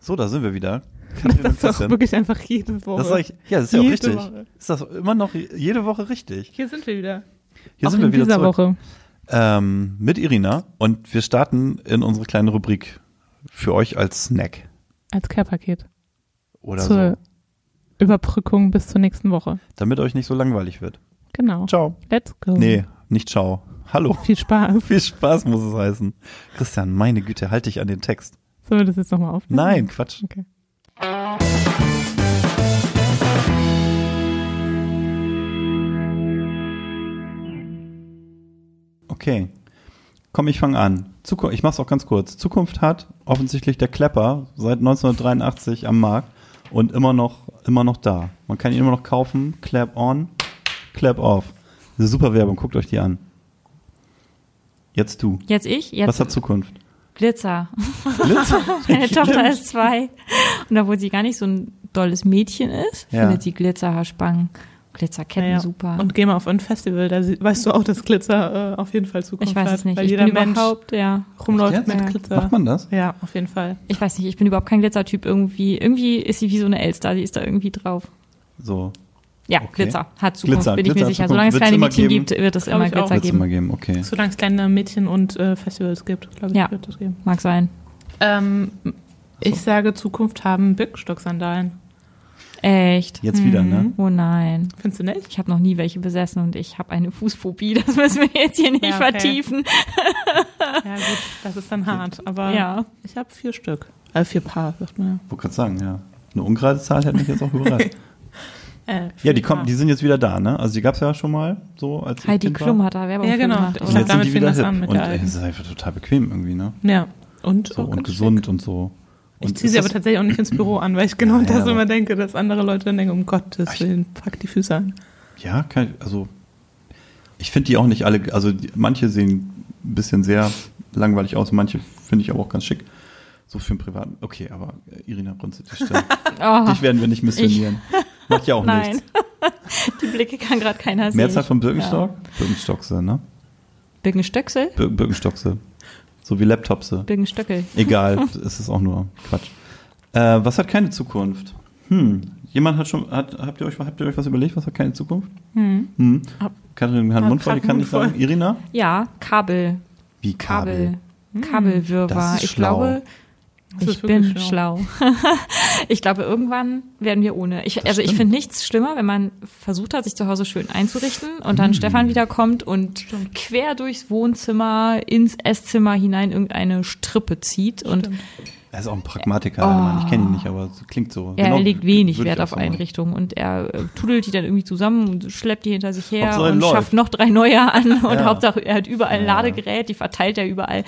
So, da sind wir wieder. Das ist auch wirklich einfach jede Woche. Das sag ich, ja, das ist ja auch Jede richtig. Woche. Ist das immer noch jede Woche richtig? Hier sind wir wieder. Hier auch sind in wir wieder dieser zurück Woche. Ähm, mit Irina und wir starten in unsere kleine Rubrik für euch als Snack Als Care-Paket. oder zur so, Überbrückung bis zur nächsten Woche. damit euch nicht so langweilig wird. Genau. Ciao. Let's go. Nee, nicht ciao. Hallo. Viel Spaß. Viel Spaß muss es heißen. Christian, meine Güte, halte dich an den Text. Sollen wir das jetzt nochmal aufnehmen? Nein, Quatsch. Okay. Okay. Komm, ich fange an. Zuku ich mach's auch ganz kurz. Zukunft hat offensichtlich der Klepper seit 1983 am Markt und immer noch, immer noch da. Man kann ihn immer noch kaufen. Clap on, clap off. Eine super Werbung, guckt euch die an. Jetzt du. Jetzt ich, Was jetzt hat Zukunft? Glitzer. Glitzer. Meine Tochter ist zwei. Und obwohl sie gar nicht so ein dolles Mädchen ist, Ja. findet sie Glitzerhaarspangen, Glitzerketten Naja. super. Und geh mal auf ein Festival, da sie- weißt du auch, dass Glitzer äh, auf jeden Fall Zukunft ich weiß hat, es nicht. Weil Ich jeder bin Mensch überhaupt, ja. rumläuft Echt mit jetzt? Glitzer. Macht man das? Ja, auf jeden Fall. Ich weiß nicht, ich bin überhaupt kein Glitzer-Typ. Irgendwie, irgendwie ist sie wie so eine Elster, die ist da irgendwie drauf. So. Ja, Okay. Glitzer hat Zukunft, Glitzer, bin ich Glitzer mir hat sicher. Zukunft. Solange es Wird's kleine immer Mädchen geben? gibt, wird es Glaub immer ich auch. Glitzer Wird's geben. immer geben, okay. Solange es kleine Mädchen und äh, Festivals gibt, glaube ich, Ja. wird das geben. Mag sein. Ähm, ich sage, Zukunft haben Birkenstock-Sandalen. Echt? Jetzt wieder, ne? Oh nein. Findest du nicht? Ich habe noch nie welche besessen und ich habe eine Fußphobie. Das müssen wir jetzt hier nicht Ja, okay. vertiefen. Ja, gut, das ist dann hart. Aber Ja. ich habe vier Stück. Äh, vier Paar, sagt man Wollte gerade sagen, ja. Eine ungerade Zahl hätte mich jetzt auch überrascht. ja. Äh, ja, vier die, kommen, Paar. die sind jetzt wieder da, ne? Also die gab's ja schon mal so als ich Heidi Kind war. Klum hat da Werbung Ja, für genau. gemacht. Ich Und glaub, jetzt damit sind die fing wieder das hip. an mit und der ey, alten. das ist einfach total bequem irgendwie, ne? Ja, und, oh So auch und ganz gesund und so. schick. Ich Und ziehe sie ist aber das- tatsächlich auch nicht ins Büro an, weil ich genau Ja, das aber- immer denke, dass andere Leute dann denken, um Gottes Ach, Willen, pack die Füße an. Ja, kann ich, also ich finde die auch nicht alle, also die, manche sehen ein bisschen sehr langweilig aus, manche finde ich aber auch ganz schick. So für den privaten. Okay, aber äh, Irina Brunzett, die stimmt. Oh, Dich werden wir nicht missionieren. Macht ja auch nein. nichts. die Blicke kann gerade keiner sehen. Mehrzahl von Birkenstock? Birkenstockse, ne? Birkenstöcksel? Bir Birkenstockse. So wie Laptopse. Birkenstöckel. Egal, es ist auch nur Quatsch. Äh, was hat keine Zukunft? Hm, jemand hat schon, hat, habt, ihr euch, habt ihr euch was überlegt, was hat keine Zukunft? Hm. hm. Hab- Katrin hat hab einen Mund voll, grad die kann Mund nicht sagen. voll. Irina? Ja, Kabel. Wie Kabel. Kabel? Hm, Kabelwirrwarr. Das ist Ich schlau. glaube, Das ich ist wirklich bin schlau. ich glaube, irgendwann werden wir ohne. Ich, Das also ich stimmt. finde nichts schlimmer, wenn man versucht hat, sich zu Hause schön einzurichten und Hm. dann Stefan wiederkommt und Stimmt. quer durchs Wohnzimmer ins Esszimmer hinein irgendeine Strippe zieht. Und Stimmt. Er ist auch ein Pragmatiker, der Mann. Ich kenne ihn nicht, aber es klingt so. Äh, oh. er Genau, legt wenig würde ich Wert auch auf so machen. Einrichtung und er äh, tudelt die dann irgendwie zusammen und schleppt die hinter sich her Hauptsache, und läuft. schafft noch drei neue an und Ja. Hauptsache er hat überall ein Ja. Ladegerät, die verteilt er überall.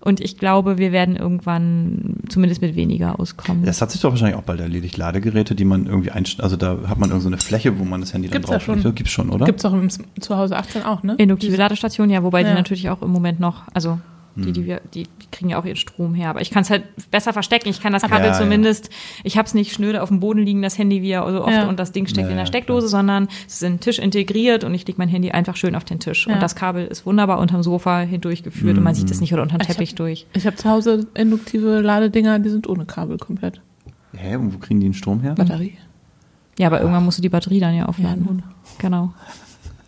Und ich glaube, wir werden irgendwann zumindest mit weniger auskommen. Das hat sich doch wahrscheinlich auch bald erledigt. Ladegeräte, die man irgendwie einstellt. Also da hat man irgend so eine Fläche, wo man das Handy Gibt's dann ja drauf schon. Gibt's schon, oder? Gibt's auch im Zuhause 18 auch, ne? Induktive Ladestation, ja, wobei Ja. die natürlich auch im Moment noch, also die, Hm. die wir, die, die kriegen ja auch ihren Strom her. Aber ich kann es halt besser verstecken. Ich kann das Kabel Ja, ja. zumindest, ich habe es nicht schnöde auf dem Boden liegen, das Handy wie ja so oft Ja. und das Ding steckt Ja, in ja, der Steckdose, sondern es ist in den Tisch integriert und ich lege mein Handy einfach schön auf den Tisch. Ja. Und das Kabel ist wunderbar unterm Sofa hindurchgeführt und man sieht Hm. es nicht oder unterm Ich hab- Teppich durch. Ich habe zu Hause induktive Ladedinger, die sind ohne Kabel komplett. Mhm. Hä, und wo kriegen die den Strom her? Batterie. Ja, aber irgendwann musst du die Batterie dann ja aufladen. nun. genau.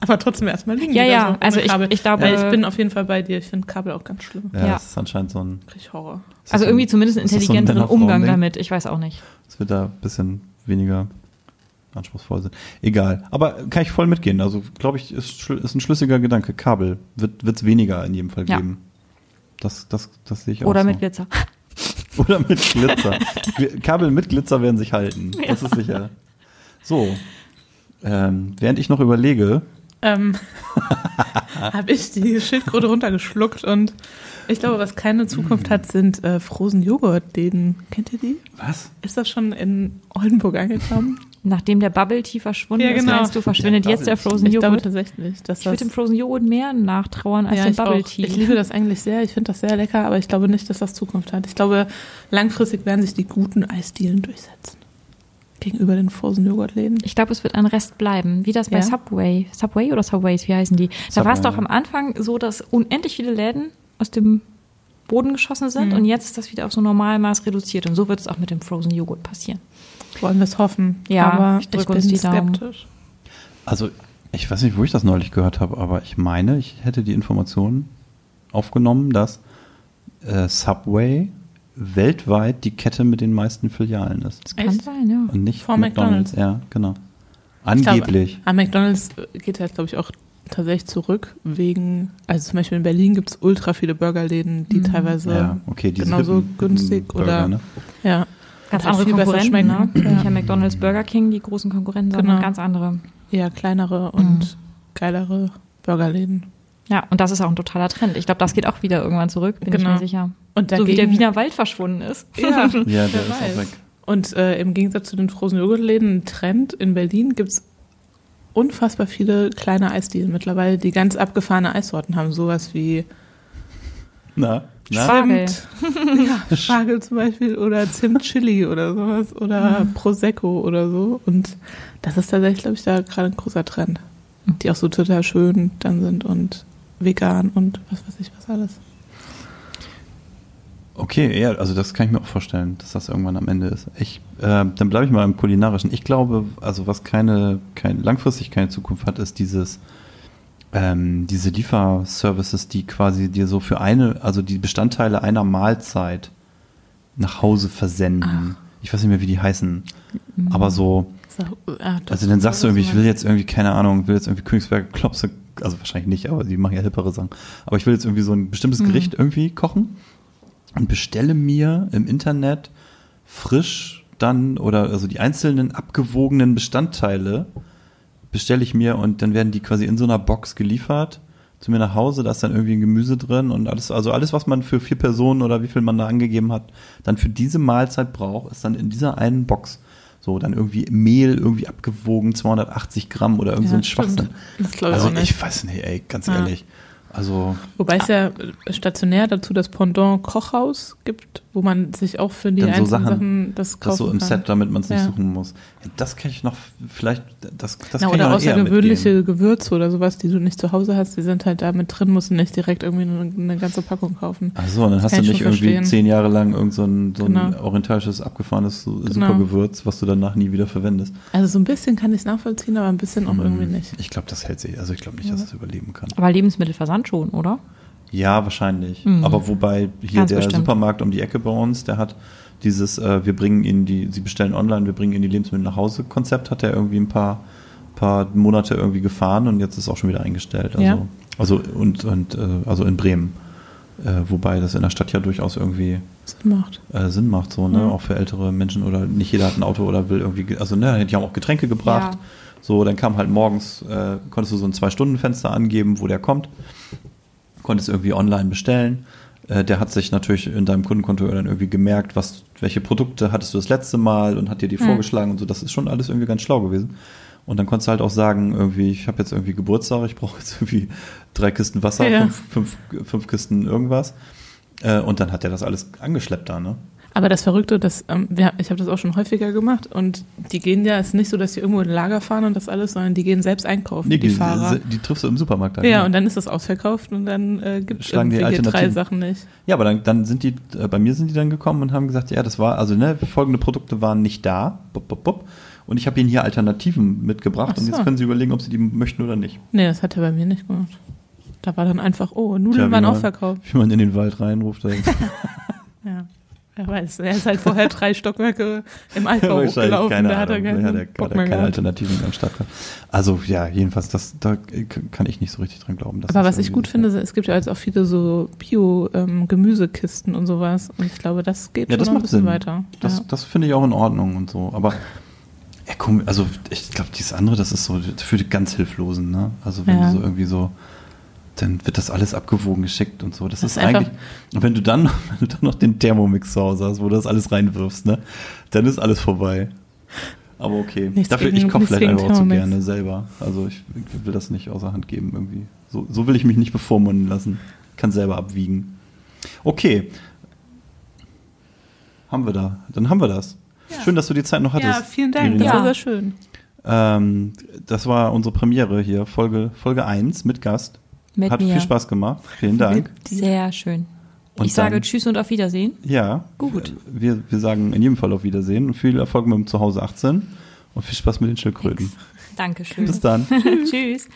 Aber trotzdem erstmal liegen Ja, die da ja, so ohne also ich- Kabel. ich glaube- Weil ich bin auf jeden Fall bei dir. Ich finde Kabel auch ganz schlimm. Ja, Ja. das ist anscheinend so ein. Krieg ich Horror. ist das Also so ein- irgendwie zumindest einen ist das so ein intelligenteren Umgang Männer-Frauen-Ding? damit. Ich weiß auch nicht. dass wir da ein bisschen weniger anspruchsvoll sind. Egal. Aber kann ich voll mitgehen. Also, glaube ich, ist, schl- ist ein schlüssiger Gedanke. Kabel wird es weniger in jedem Fall Ja. geben. Das, das, das sehe ich auch Oder so. mit Glitzer. Oder mit Glitzer. Wir- Kabel mit Glitzer werden sich halten. Das ist sicher. So. Ähm, während ich noch überlege, Ähm, habe ich die Schildkröte runtergeschluckt und ich glaube, was keine Zukunft hat, sind äh, frozen Joghurtläden. Kennt ihr die? was? Ist das schon in Oldenburg angekommen? Nachdem der Bubble Tea verschwunden Ja, genau. ist, meinst du, verschwindet Der jetzt der Bubble Tea. Frozen ich glaube Joghurt? tatsächlich, dass das. Ich würde dem Frozen Joghurt mehr nachtrauern als ja, dem ich, Bubble auch, Tea. ich liebe das eigentlich sehr. Ich finde das sehr lecker, aber ich glaube nicht, dass das Zukunft hat. Ich glaube, langfristig werden sich die guten Eisdielen durchsetzen. Gegenüber den frozen Joghurtläden. Ich glaube, es wird ein Rest bleiben, wie das bei Ja. Subway. Subway oder Subways, wie heißen die? Da Subway, war es doch ja. am Anfang so, dass unendlich viele Läden aus dem Boden geschossen sind. Mhm. Und jetzt ist das wieder auf so Normalmaß reduziert. Und so wird es auch mit dem Frozen Joghurt passieren. Wollen wir es hoffen. Ja, aber ich ich, drück bin uns die Daumen. skeptisch. Also, ich weiß nicht, wo ich das neulich gehört habe, aber ich meine, ich hätte die Information aufgenommen, dass äh, Subway weltweit die Kette mit den meisten Filialen ist. Das kann Echt? sein, ja. Und nicht Vor Ja, genau. Ich glaube, Angeblich. An McDonalds äh, geht jetzt, glaube ich, auch tatsächlich zurück wegen, also zum Beispiel in Berlin gibt es ultra viele Burgerläden, Mhm. die teilweise, ja, ja, okay, diese also genauso hippen- günstig hippen oder- ne? ja, Ganz Halt andere viel besser Konkurrenten, ne? schmecken. Ja. Nicht ja. McDonalds, Burger King, die großen Konkurrenten, sondern Genau. ganz andere. kleinere und Mhm. geilere Burgerläden. Ja, und das ist auch ein totaler Trend. Ich glaube, das geht auch wieder irgendwann zurück, bin ich Genau. mir sicher. Und so dagegen, wie der Wiener Wald verschwunden ist. Ja. Ja, der Wer ist auch weiß. weg. Und äh, im Gegensatz zu den frozen Joghurtläden, ein Trend in Berlin gibt es unfassbar viele kleine Eisdielen mittlerweile, die ganz abgefahrene Eissorten haben. Sowas wie Na, na? Spargel. Zimt. ja, Spargel zum Beispiel oder Zimt-Chili oder sowas oder Prosecco oder so. Und das ist tatsächlich, glaube ich, da gerade ein großer Trend. Die auch so total schön dann sind und vegan und was weiß ich was alles. Okay, ja, also das kann ich mir auch vorstellen, dass das irgendwann am Ende ist. Ich, äh, dann bleibe ich mal im Kulinarischen. Ich glaube, also was keine, kein, langfristig keine Zukunft hat, ist dieses, ähm, diese Lieferservices, die quasi dir so für eine, also die Bestandteile einer Mahlzeit nach Hause versenden. Ich weiß nicht mehr, wie die heißen. Aber so, So, ah, doch, also dann sagst du das irgendwie, ich will meinst. jetzt irgendwie, keine Ahnung, will jetzt irgendwie Königsberger Klopse, also wahrscheinlich nicht, aber die machen ja hippere Sachen. Aber ich will jetzt irgendwie so ein bestimmtes Gericht irgendwie kochen und bestelle mir im Internet frisch dann oder also die einzelnen abgewogenen Bestandteile bestelle ich mir und dann werden die quasi in so einer Box geliefert zu mir nach Hause, da ist dann irgendwie ein Gemüse drin und alles, also alles, was man für vier Personen oder wie viel man da angegeben hat, dann für diese Mahlzeit braucht, ist dann in dieser einen Box. So, dann irgendwie Mehl irgendwie abgewogen, 280 Gramm oder irgend so Ja, ein Schwachsinn. stimmt. Das glaube ich Also auch nicht. ich weiß nicht, ey, ganz Ja. ehrlich. Also Wobei es ja stationär dazu das Pendant Kochhaus gibt, wo man sich auch für die Dann so einzelnen Sachen, Sachen, das kaufen das so im kann. Set, damit man es nicht Ja. suchen muss. Ja, Das kann ich noch vielleicht, das, das kann Na, oder ich noch eher mitgehen. außergewöhnliche Gewürze oder sowas, die du nicht zu Hause hast, die sind halt da mit drin, musst du nicht direkt irgendwie eine, eine ganze Packung kaufen. Ach so, und dann Das hast du kann ich nicht schon irgendwie verstehen. zehn Jahre lang irgend so ein, so ein Genau. orientalisches, abgefahrenes so- Supergewürz, was du danach nie wieder verwendest. Ähm, Also so ein bisschen kann ich es nachvollziehen, aber ein bisschen auch irgendwie nicht. Ich glaube, das hält sich. Also ich glaube nicht, dass es überleben kann. Aber Lebensmittelversand schon, oder? Ja, wahrscheinlich. Mhm. Aber wobei hier Ganz der bestimmt. Supermarkt um die Ecke bei uns, der hat dieses, äh, wir bringen ihnen die, sie bestellen online, wir bringen ihnen die Lebensmittel nach Hause Konzept, hat er irgendwie ein paar, paar Monate irgendwie gefahren und jetzt ist auch schon wieder eingestellt. Also, Ja. also und, und äh, also in Bremen. Äh, wobei das in der Stadt ja durchaus irgendwie Sinn macht. äh, Sinn macht, so, ne? Auch für ältere Menschen oder nicht jeder hat ein Auto oder will irgendwie, ge- also ne, die haben auch Getränke gebracht. Ja. So, dann kam halt morgens, äh, konntest du so ein Zwei-Stunden-Fenster angeben, wo der kommt. Konntest irgendwie online bestellen. Äh, der hat sich natürlich in deinem Kundenkonto dann irgendwie gemerkt, was, welche Produkte hattest du das letzte Mal und hat dir die vorgeschlagen und so. Das ist schon alles irgendwie ganz schlau gewesen. Und dann konntest du halt auch sagen, irgendwie, ich habe jetzt irgendwie Geburtstag, ich brauche jetzt irgendwie drei Kisten Wasser, Ja. fünf, fünf, fünf Kisten irgendwas. Äh, und dann hat er das alles angeschleppt da, ne? Aber das Verrückte, das, ähm, wir, ich habe das auch schon häufiger gemacht und die gehen ja, es ist nicht so, dass die irgendwo in ein Lager fahren und das alles, sondern die gehen selbst einkaufen, die, Fahrer. die triffst du im Supermarkt. ne? ja, und dann ist das ausverkauft und dann äh, gibt es Schlagen die irgendwie hier drei Alternativen. Sachen nicht. ja aber dann, dann sind die, äh, bei mir sind die dann gekommen und haben gesagt, ja, das war, also ne, folgende Produkte waren nicht da, bup, bup, bup. und ich habe ihnen hier Alternativen mitgebracht Ach und so. jetzt können sie überlegen, ob sie die möchten oder nicht. Nee, das hat er bei mir nicht gemacht. Da war dann einfach, oh, Nudeln wie man- waren auch verkauft. Wie man in den Wald reinruft. da- Ja. Er weiß, er ist halt vorher drei Stockwerke im Altbau hochgelaufen, da hat er Ahnung, da hat er- keinen hat Bock er mehr keine gehabt. Alternativen am Start. gehabt. Also ja, jedenfalls, das, da äh, kann ich nicht so richtig dran glauben. dass Aber das was ich irgendwie gut so- finde, es gibt ja jetzt auch viele so Bio-Gemüsekisten und sowas. Und ich glaube, das geht Ja, schon das noch ein macht bisschen Sinn. weiter. Das, ja. das finde ich auch in Ordnung und so. Aber ja, komm, also ich glaube, dieses andere, das ist so für die ganz Hilflosen, ne? Also wenn Ja. du so irgendwie so, dann wird das alles abgewogen geschickt und so. Das, Das ist ist einfach- eigentlich. Und wenn du dann, wenn du dann noch den Thermomix zu Hause hast, wo du das alles reinwirfst, ne, dann ist alles vorbei. Aber okay. Nichts Dafür, gegen- ich koche nichts vielleicht gegen einfach auch zu Thermomix. gerne selber. Also ich, ich will das nicht außer Hand geben irgendwie. So, so will ich mich nicht bevormunden lassen. Ich kann selber abwiegen. Okay. Haben wir da. Dann haben wir das. Schön, dass du die Zeit noch hattest. ja, vielen Dank. Irina. Das Ja. war sehr schön. Ähm, das war unsere Premiere hier, Folge, Folge 1 mit Gast. Mit Hat mir. viel Spaß gemacht. Vielen Dank. Sehr schön. Und ich sage dann- Tschüss und auf Wiedersehen. Ja. Gut. Wir, wir sagen in jedem Fall auf Wiedersehen und viel Erfolg mit dem Zuhause 18 und viel Spaß mit den Schildkröten. Dankeschön. Bis dann. Tschüss.